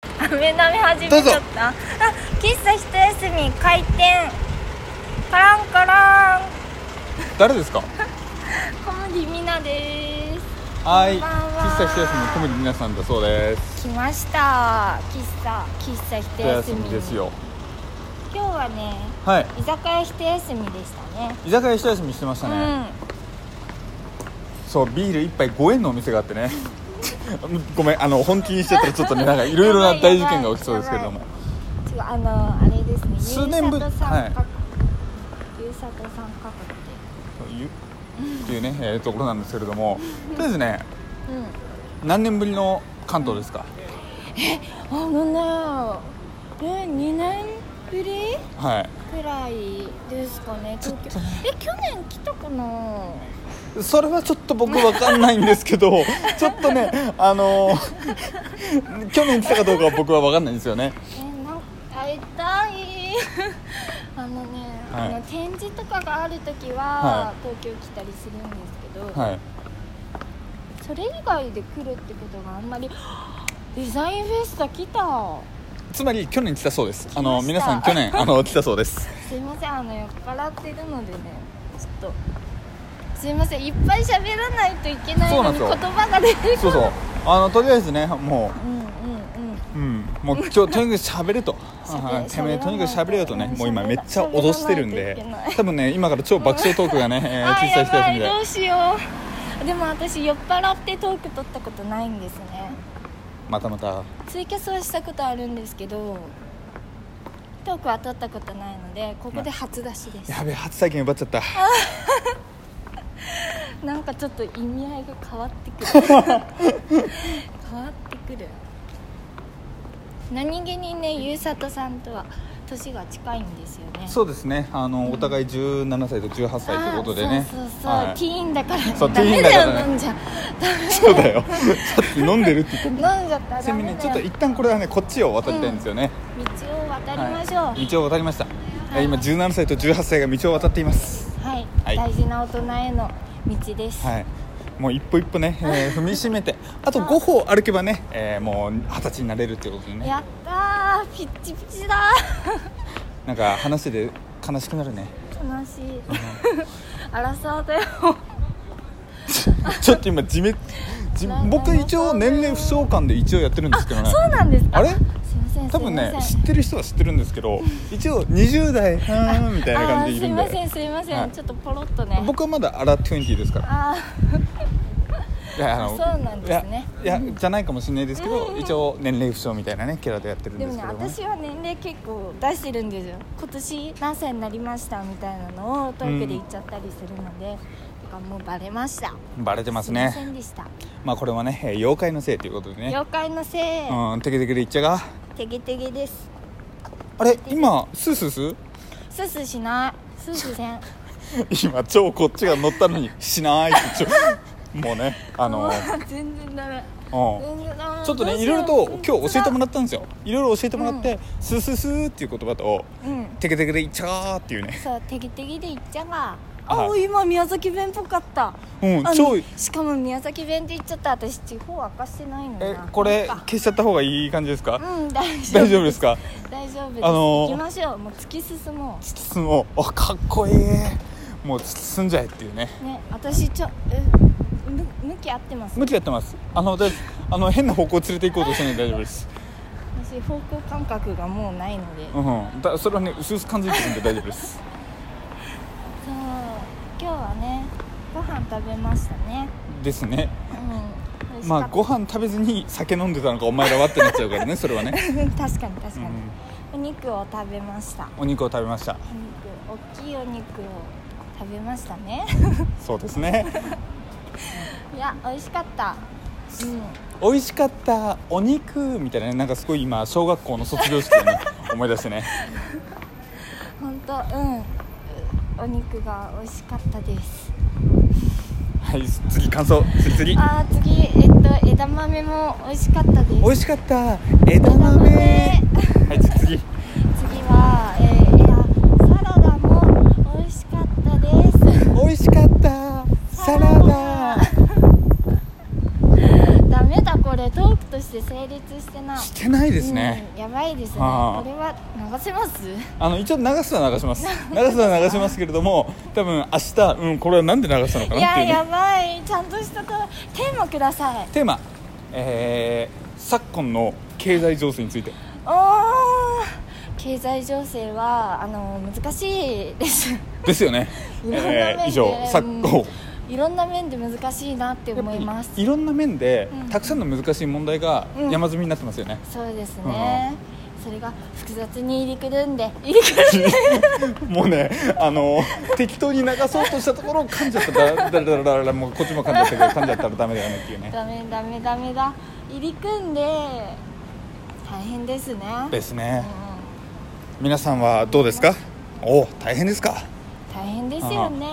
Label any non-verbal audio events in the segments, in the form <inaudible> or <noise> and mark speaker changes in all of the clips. Speaker 1: <laughs> めなめ始めちゃったあ喫茶一休み開店カランカラン
Speaker 2: 誰です <laughs> か
Speaker 1: コムディミナです
Speaker 2: はい喫
Speaker 1: こんばんは
Speaker 2: 茶一休みのコメディ皆さんだそうです
Speaker 1: 来ました喫茶喫茶一
Speaker 2: 一
Speaker 1: 休
Speaker 2: 休
Speaker 1: み
Speaker 2: みですよ
Speaker 1: 今日はね
Speaker 2: はい
Speaker 1: 居酒屋一休みでしたね
Speaker 2: 居酒屋一休みしてましたね、そうビール一杯5円のお店があってね <laughs> ごめんあの本気にしてたらちょっとねなんかいろいろな大事件が起きそうですけれども
Speaker 1: うん違うあのあれですね
Speaker 2: 数年ぶり
Speaker 1: 優里三角
Speaker 2: は
Speaker 1: 優里三角っ
Speaker 2: というっていうね、えーところなんですけれどもとりあえずね
Speaker 1: てうん
Speaker 2: 何年ぶりの関東ですか、
Speaker 1: あのねえ2年ぶり
Speaker 2: はい
Speaker 1: くらいですかね東京え去年来たかな
Speaker 2: それはちょっと僕わかんないんですけど <laughs> ちょっとねあのー去年来たかどうかは僕はわかんないんですよね
Speaker 1: えなん会いたい <laughs> あのね、
Speaker 2: は
Speaker 1: あ
Speaker 2: い
Speaker 1: の展示とかがある時は
Speaker 2: は
Speaker 1: 東京来たりするんですけど、
Speaker 2: はい
Speaker 1: それ以外で来るってことがあんまり <gasps> デザインフェスタ来た
Speaker 2: つまり去年来たそうですあの
Speaker 1: 来ました
Speaker 2: 皆さん去年あの来たそうです
Speaker 1: すいませんあの酔っ払ってるのでねちょっとすいませんいっぱい喋らないといけない
Speaker 2: そう
Speaker 1: のに
Speaker 2: なんで
Speaker 1: 言
Speaker 2: すよ
Speaker 1: 葉が
Speaker 2: <laughs>
Speaker 1: 出る
Speaker 2: そうそうあのとりあえずねも
Speaker 1: うんうんうん
Speaker 2: う、うん、もう今日とにかく喋ると
Speaker 1: 喋
Speaker 2: あーてめ
Speaker 1: 喋らな
Speaker 2: え
Speaker 1: いと
Speaker 2: とにかく喋れよとねもう今めっちゃ脅してるん
Speaker 1: 喋 <laughs> らない
Speaker 2: で
Speaker 1: といけない
Speaker 2: 多分ね今から超爆笑トークがね、えー、
Speaker 1: あ
Speaker 2: 小さい
Speaker 1: や
Speaker 2: 人た
Speaker 1: ば
Speaker 2: ち
Speaker 1: い
Speaker 2: で
Speaker 1: どうしようでも私酔っ払ってトーク取ったことないんですね
Speaker 2: またまた
Speaker 1: ツイキャスはしたことあるんですけどトークは取ったことないのでここで初出しです
Speaker 2: やべえ初体験奪っちゃった
Speaker 1: なんかちょっと意味合いが変わってく
Speaker 2: <laughs>
Speaker 1: る変わってくる何気にねゆうさとさんとは年が近いんですよね
Speaker 2: そうですねあのお互い17歳と18歳ということでね
Speaker 1: あーそうそうそう、
Speaker 2: はい
Speaker 1: ティーンだから
Speaker 2: そう
Speaker 1: ダメ
Speaker 2: ティーン
Speaker 1: だ
Speaker 2: だか
Speaker 1: よ、
Speaker 2: らね
Speaker 1: 飲ん
Speaker 2: <laughs>
Speaker 1: じゃ
Speaker 2: そうだよ。さっき飲んでるって言って
Speaker 1: 飲んじゃったら
Speaker 2: ち
Speaker 1: ダ
Speaker 2: なみ
Speaker 1: メ
Speaker 2: にね
Speaker 1: だ
Speaker 2: ちょ
Speaker 1: よ
Speaker 2: っと一旦これはねこっちを渡りたいんですよね。
Speaker 1: 道を渡りましょう、
Speaker 2: はい、道を渡りました。え今17歳と18歳が道を渡っています。
Speaker 1: はい、
Speaker 2: はい
Speaker 1: 大事な大人への道です。
Speaker 2: はい。もう一歩一歩ね、えー
Speaker 1: <laughs>
Speaker 2: 踏みしめて、あと5歩歩けばね、えーもう二十歳になれるっていうことでね。
Speaker 1: やったー、ピッチピチだ
Speaker 2: なんか話で悲しくなるね。
Speaker 1: ー。悲しい。あらそうだよ。
Speaker 2: ちょっと今地面、じ
Speaker 1: なんだ
Speaker 2: 僕一応年齢不相関で一応やってるんですけどね。
Speaker 1: そうなんですか。
Speaker 2: あれ
Speaker 1: すいません。
Speaker 2: 多分ね
Speaker 1: す
Speaker 2: 知
Speaker 1: いません
Speaker 2: ってる人は知ってるんですけど、一応20代はーんみたいな感じでいるん
Speaker 1: あーすいませ
Speaker 2: で。
Speaker 1: ん、すいません、
Speaker 2: はい
Speaker 1: ちょっとポロっとね。
Speaker 2: 僕はまだアラトゥンティーですから。
Speaker 1: あ
Speaker 2: いや
Speaker 1: そうなんですね
Speaker 2: いやいやじゃないかもしれないですけど、一応年齢不詳みたいなねキャラでやって
Speaker 1: ー
Speaker 2: るん
Speaker 1: で
Speaker 2: で
Speaker 1: も
Speaker 2: す
Speaker 1: ね、
Speaker 2: けどもね
Speaker 1: 私は年齢結構出してるんですよ。今年何歳になりましたみたいなのをトークで言っちゃったりするので、だからもうバレました。
Speaker 2: バレてます
Speaker 1: すいませ
Speaker 2: ね
Speaker 1: んでした。
Speaker 2: まあこれはねえー妖怪のせいということでね
Speaker 1: 妖怪のせい、
Speaker 2: うんテケテケで言っちゃが
Speaker 1: てげてげです。
Speaker 2: あれ今スースースー
Speaker 1: スースーしない。スースーせん。
Speaker 2: <laughs> 今超こっちが乗った <laughs> のにしないってちょもうねあのうん
Speaker 1: <laughs> 全然ダメ全然ダメ
Speaker 2: ちょっとねいろいろと今日教えてもらったんですよいろいろ教えてもらって、スースースーっていう言葉と
Speaker 1: うん
Speaker 2: テケテケで言っちゃがーっていうね
Speaker 1: そうてぎてぎでいっちゃが
Speaker 2: はい
Speaker 1: あ今宮崎弁っぽかった
Speaker 2: うん
Speaker 1: あ
Speaker 2: 超
Speaker 1: しかも宮崎弁って言っちゃった私地方明かしてないの
Speaker 2: え
Speaker 1: な
Speaker 2: これ
Speaker 1: そっか
Speaker 2: 消しちゃった方がいい感じですか、
Speaker 1: うん大丈夫
Speaker 2: 大丈夫ですか
Speaker 1: 大丈夫です、
Speaker 2: あのー
Speaker 1: 行きましょうもう突き進も
Speaker 2: 突き進もうあかっこいいもう突き進んじゃえっていうね
Speaker 1: うね私ちょえむ向き合ってます
Speaker 2: 向きやってますあの私あの変な方向連れて行こうとしてないで大丈夫です
Speaker 1: 私方向感覚がもうないので、そう
Speaker 2: うんだそれはね薄々感づいてるんで大丈夫です
Speaker 1: 今日はねご飯食べましたね
Speaker 2: ですね
Speaker 1: うん美味しか
Speaker 2: ま
Speaker 1: っ
Speaker 2: あ
Speaker 1: た
Speaker 2: ご飯食べずに酒飲んでたのかお前らはってなっちゃうからねそれは
Speaker 1: <laughs>
Speaker 2: ね、
Speaker 1: 確かに確かに、
Speaker 2: うん、
Speaker 1: お肉を食べました
Speaker 2: お肉を食べました
Speaker 1: お肉大きいお肉を食べましたね
Speaker 2: そうですね
Speaker 1: いや美味しかったうん
Speaker 2: 美味しかったお肉みたいなねなんかすごい今小学校の卒業式を
Speaker 1: <laughs>
Speaker 2: ね思い出してね
Speaker 1: 本当うんお肉が美味しかったです
Speaker 2: はい次感想次次
Speaker 1: あー次えっと枝豆も美味しかったです
Speaker 2: 美味しかった枝豆はい
Speaker 1: <laughs>
Speaker 2: 次
Speaker 1: 次はえー、いやサラダも美味しかったです
Speaker 2: 美味し
Speaker 1: <laughs>
Speaker 2: かったサラダ
Speaker 1: ダメだこれトークとして成立してない
Speaker 2: してないですね、
Speaker 1: うんやばいですねこれ
Speaker 2: はあ
Speaker 1: は流せます
Speaker 2: あの一応流すのは流します流すのは流しますけれども多分明日、うん、これはなんで流したのか
Speaker 1: い
Speaker 2: なって
Speaker 1: や
Speaker 2: いうね、
Speaker 1: やばいちゃんとしたとテーマください
Speaker 2: テーマ、えー昨今の経済情勢について
Speaker 1: おー経済情勢はあの難しいです
Speaker 2: ですよね、
Speaker 1: <laughs> いろんな面で
Speaker 2: ー以上昨今
Speaker 1: いろんな面で難しいなって思います
Speaker 2: いろん <laughs> な面で、
Speaker 1: うん
Speaker 2: たくさんの難しい問題が
Speaker 1: うん
Speaker 2: 山積みになってますよね、
Speaker 1: そうですね、それが複雑に入り組んで入り組んで
Speaker 2: もうねあの適当に流そうとしたところを噛んじゃっただだだだだだもうこっちも噛んじゃったけど噛んじゃったらダメだよねっていうね
Speaker 1: ダメダメダメだ入り組んで大変ですね
Speaker 2: ですね
Speaker 1: う
Speaker 2: 皆さんはどうですかお大変ですか
Speaker 1: ん大変ですよね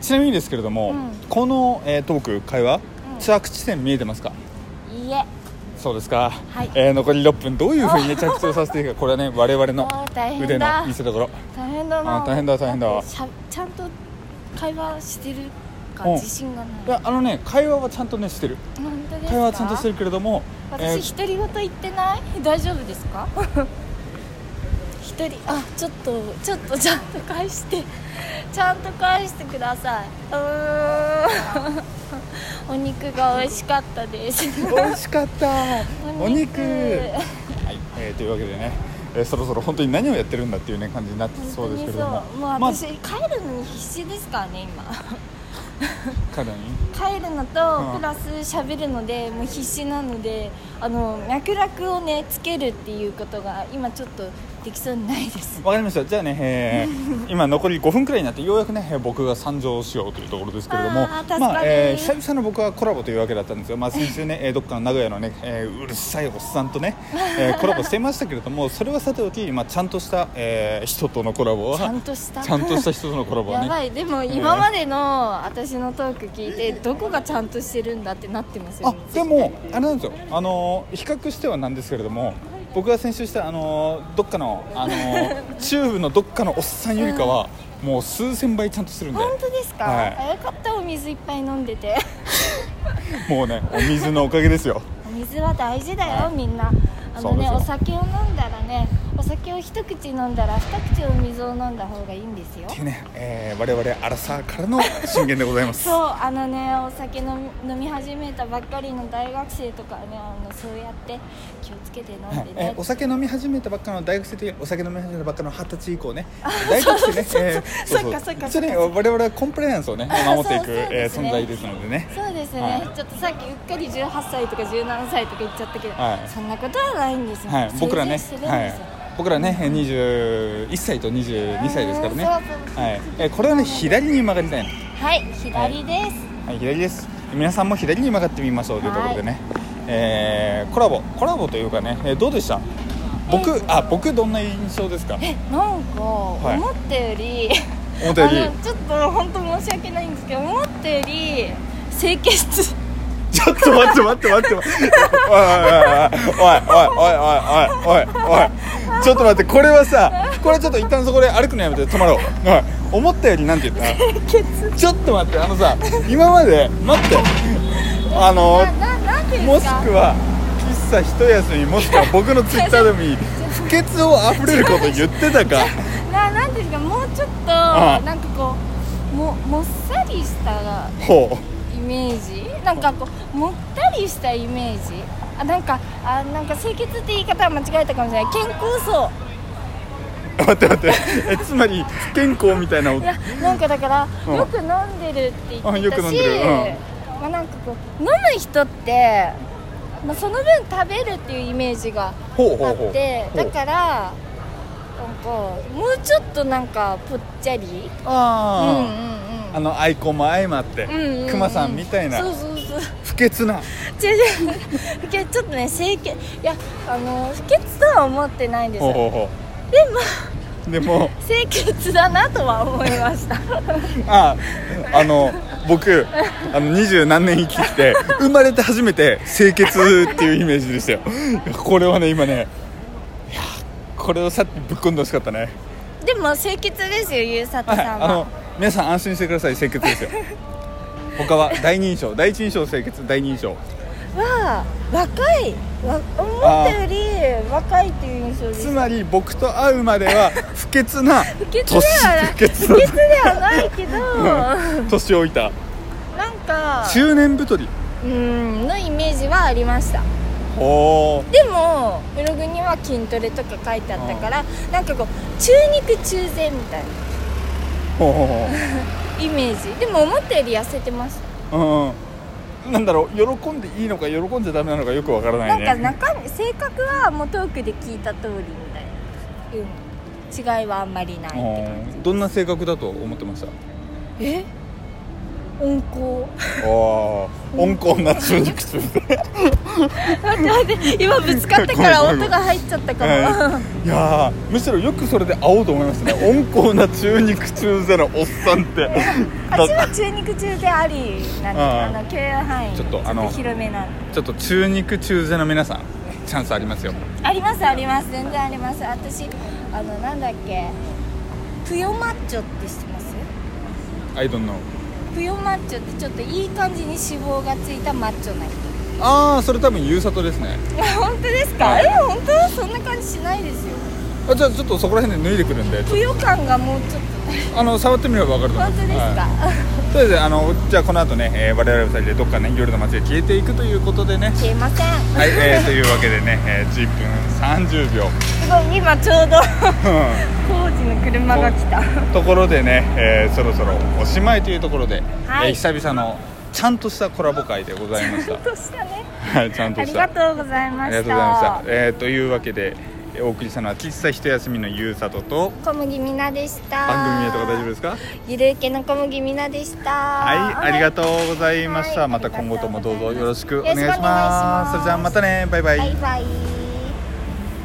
Speaker 2: ちなみにですけれども、
Speaker 1: うん
Speaker 2: この、えートーク会話、
Speaker 1: うん
Speaker 2: 着地点見えてますか
Speaker 1: いいえ
Speaker 2: そうですか、
Speaker 1: はい
Speaker 2: えー残り6分どういうふうに、ね、着地をさせていいかこれはね我々の
Speaker 1: あー大変
Speaker 2: 腕
Speaker 1: だ
Speaker 2: の見せ所
Speaker 1: 大変だな
Speaker 2: あ大変だ大変だ
Speaker 1: ってしゃちゃんと会話してるか
Speaker 2: うん
Speaker 1: 自信がない
Speaker 2: いやあのね会話はちゃんとねしてる
Speaker 1: 本当ですか
Speaker 2: 会話はちゃんとしてるけれどもえー
Speaker 1: 私独り言言ってない大丈夫ですか <laughs> 一人あちょっとちょっとちゃんと返してちゃんと返してくださいうーん <laughs> お肉が美味しかったです
Speaker 2: 美味しかった
Speaker 1: <laughs>
Speaker 2: お
Speaker 1: お
Speaker 2: 肉
Speaker 1: 肉
Speaker 2: はい、えーというわけでね、えーそろそろ本当に何をやってるんだっていうね感じになってきそうですけれども
Speaker 1: 本当にそうもう
Speaker 2: まあ
Speaker 1: 私、帰るのに必死ですからね
Speaker 2: 彼に
Speaker 1: 今帰るの
Speaker 2: うん
Speaker 1: とプラス喋るのでもう必死なのであの脈絡をねつけるっていうことが今ちょっとできそうにないです
Speaker 2: わかりましたじゃあね、え
Speaker 1: <laughs>
Speaker 2: ー今残り5分くらいになってようやくねえー僕が参上しようというところですけれども
Speaker 1: あー助かる
Speaker 2: まあえー久々の僕はコラボというわけだったんです
Speaker 1: <laughs>
Speaker 2: よ、まあ、先週ねえーどっかの名古屋のね、えーうるさいおっさんとね、え
Speaker 1: <laughs>
Speaker 2: ーコラボしてましたけれどもそれはさておき、まあ、ちゃんとした、えー人とのコラボは
Speaker 1: ちゃんとした
Speaker 2: <laughs> ちゃんとした人とのコラボは
Speaker 1: や
Speaker 2: ね
Speaker 1: ばいでも今までの私のトーク聞いてどこがちゃんとしてるんだってなってますよ
Speaker 2: あ
Speaker 1: ね
Speaker 2: でもあれなんですよあのー比較してはなんですけれども僕が先週したあのーどっかのあ
Speaker 1: <laughs>
Speaker 2: のーチューブのどっかのおっさんよりかは、もう数千倍ちゃんとするんで
Speaker 1: 本当ですか、
Speaker 2: はい
Speaker 1: あよかったお水いっぱい飲んでて <laughs>
Speaker 2: もうねお水のおかげですよ
Speaker 1: お水は大事だよ、
Speaker 2: はい
Speaker 1: みんなあ
Speaker 2: そ
Speaker 1: の
Speaker 2: うで
Speaker 1: ね
Speaker 2: すよ
Speaker 1: お酒を飲んだらねお酒を一口飲んだら二口お水を飲んだ方がいいんですよ
Speaker 2: っていうね、えー、我々アラサーからの進言でございます
Speaker 1: そうあのねお酒飲み飲み始めたばっかりの大学生とかねあのそうやって気をつけて飲
Speaker 2: はい
Speaker 1: んで
Speaker 2: え
Speaker 1: ね
Speaker 2: ーお酒飲み始めたばっかの大学生というお酒飲み始めたばっかの二十歳以降ね大学生ねえー
Speaker 1: そっかそっか
Speaker 2: 一応ね我々はコンプライアンスをね守っていく、
Speaker 1: そうそう
Speaker 2: え
Speaker 1: で
Speaker 2: ー
Speaker 1: す
Speaker 2: 存
Speaker 1: ね
Speaker 2: 在ですのでね
Speaker 1: そうですね、
Speaker 2: はい
Speaker 1: ちょっとさっきうっかり18歳とか17歳とか言っちゃったけど、
Speaker 2: はい
Speaker 1: そんなことはないんですよ、
Speaker 2: はい、僕らね、
Speaker 1: 成人してるん
Speaker 2: は
Speaker 1: で
Speaker 2: い
Speaker 1: すよ、
Speaker 2: 僕らね、21歳と22歳ですからね、
Speaker 1: うんそ
Speaker 2: は
Speaker 1: うそう
Speaker 2: い、えこれはね、左に曲がりたいの、
Speaker 1: はい、左です、
Speaker 2: はい、左です、皆さんも左に曲がってみましょうというところでね、えーコラボ、コラボというかね、えーどうでした僕、
Speaker 1: えー
Speaker 2: あ僕、どんな印象ですか、
Speaker 1: えなんか
Speaker 2: い
Speaker 1: 思ったより、
Speaker 2: 思ったより
Speaker 1: あのちょっと本当申し訳ないんですけど思ったより清潔
Speaker 2: <laughs> ちょっと待って、待って、待って、待っておいおいおいおいおいおいおいおいおいおいおい、ちょっと待って、これはさ、これちょっと一旦そこで歩くのやめて、止まろう、はい、思ったよりなんて言ったちょっと待ってあのさ今まで待ってあの
Speaker 1: なななんていうん
Speaker 2: も
Speaker 1: で
Speaker 2: し
Speaker 1: すか
Speaker 2: くは喫茶一休みもしくは僕のツイッターでもいい不潔をあふれること言ってたか
Speaker 1: ななんていうんですかもうちょっと
Speaker 2: ああ
Speaker 1: なんかこうももっさりした
Speaker 2: ほ
Speaker 1: イメージなんかこうもったりしたイメージあなんかあなんか清潔って言い方は間違えたかもしれない健康そう
Speaker 2: う待って待ってえつまり不健康みたいない
Speaker 1: やなんかだから、
Speaker 2: うん
Speaker 1: よく飲んでるって言
Speaker 2: あ
Speaker 1: って
Speaker 2: よく
Speaker 1: た
Speaker 2: 飲ん
Speaker 1: し、
Speaker 2: でるうん
Speaker 1: まあ、なんかこう飲む人って、まあ、その分食べるっていうイメージが
Speaker 2: ほうほ
Speaker 1: あ
Speaker 2: うほう
Speaker 1: って
Speaker 2: ほう
Speaker 1: だからなんかもうちょっとなんかぽっちゃりうんうん
Speaker 2: あああのアイコンも相まって
Speaker 1: うんうんうん
Speaker 2: クマさんみたいな
Speaker 1: そうそうそう
Speaker 2: 不潔な
Speaker 1: 違う違う不潔ちょっとね清潔いやあの不潔とは思ってないんです
Speaker 2: ほう
Speaker 1: よ
Speaker 2: ほうほ
Speaker 1: でも
Speaker 2: うでも
Speaker 1: 清潔だなとは思いました
Speaker 2: ああの僕あの二十何年生きてきて生まれて初めて清潔っていうイメージでしたよこれはね今ねいやこれをさっきぶっ込んでほしかったね
Speaker 1: でも清潔ですよゆうさと
Speaker 2: はい
Speaker 1: さんは、
Speaker 2: あの皆さん
Speaker 1: <laughs>
Speaker 2: 安心してください清潔ですよ他は第二印象第一印象清潔第二印象
Speaker 1: は若いわ思ったより若いっていう印象です
Speaker 2: つまり僕と会うまで
Speaker 1: <laughs>
Speaker 2: は不潔な
Speaker 1: 不潔ではない
Speaker 2: 不
Speaker 1: 不
Speaker 2: 潔
Speaker 1: 潔
Speaker 2: な
Speaker 1: ではないけど
Speaker 2: <laughs> 年老いた
Speaker 1: なんか
Speaker 2: 中年太り
Speaker 1: うんのイメージはありました
Speaker 2: おー
Speaker 1: でもブログには筋トレとか書いてあったからなんかこう中肉中背みたいな
Speaker 2: お
Speaker 1: イメージでも思ったより痩せてまし
Speaker 2: ーうんなんだろう喜んでいいのか喜んじゃダメなのかよくわから
Speaker 1: た
Speaker 2: な
Speaker 1: ないん
Speaker 2: ね
Speaker 1: か中身性格はもうトークで聞いた通りみたいな、うん、違いはあんまりないって感
Speaker 2: うんどんな性格だと思ってました
Speaker 1: じえ温厚
Speaker 2: おー温厚な中肉中
Speaker 1: 待っ
Speaker 2: 背
Speaker 1: て待って今ぶつかってから音が入っちゃ
Speaker 2: <laughs>
Speaker 1: ったか
Speaker 2: は
Speaker 1: ら <laughs>
Speaker 2: いいやーむしろよくそれで会おうと思いましたね温厚な中肉中背のおっさんって
Speaker 1: 私
Speaker 2: だ
Speaker 1: は中肉中背ありなんで
Speaker 2: うん
Speaker 1: あの許容範囲
Speaker 2: ちょっとあの
Speaker 1: 広めなんで
Speaker 2: ちょっと中肉中背の皆さんチャンスありますよ
Speaker 1: ありますあります全然あります私あのなんだっけプヨマッチョって知ってます
Speaker 2: アイドンの
Speaker 1: プヨマッチョってちょっといい感じに脂肪がついたマッチョな人
Speaker 2: ああそれ多分ゆうさとですね
Speaker 1: 本当ですかえ本当そんな感じしないですよ
Speaker 2: あじゃあちょっとそこら辺で脱いでくるんでちょ
Speaker 1: ぷよ感がもうちょっと
Speaker 2: あの触ってみれば分かると思い
Speaker 1: 本当
Speaker 2: ます
Speaker 1: ですか、
Speaker 2: はいとりあえずあのじゃあこの後ね、えー我々二人でどっかね夜の街へ消えていくということでね
Speaker 1: 消えません
Speaker 2: はい、えーというわけでね、えー10分30秒
Speaker 1: すごい今ちょうど工事の車が来た
Speaker 2: ところでね、えーそろそろおしまいというところで、
Speaker 1: はい
Speaker 2: えー久々のちゃんとしたコラボ会でございまし
Speaker 1: ち
Speaker 2: <laughs> た
Speaker 1: ゃんとしたね
Speaker 2: はいちゃん
Speaker 1: あ
Speaker 2: とし
Speaker 1: りが
Speaker 2: た
Speaker 1: とうございま
Speaker 2: あ
Speaker 1: した
Speaker 2: りがとうございました、えーというわけでえーお送りしたのは喫茶一休みのゆうさとと
Speaker 1: 小麦みなでした
Speaker 2: 番組名とか大丈夫ですか
Speaker 1: ゆるうけの小麦みなでした
Speaker 2: はい、ありが
Speaker 1: と
Speaker 2: とうございました。
Speaker 1: はい
Speaker 2: また今後ともどうぞよろしくお願いし
Speaker 1: よろしくお願いし
Speaker 2: ま。
Speaker 1: ますす
Speaker 2: それじゃあまたね、バイバイ。
Speaker 1: バイバイ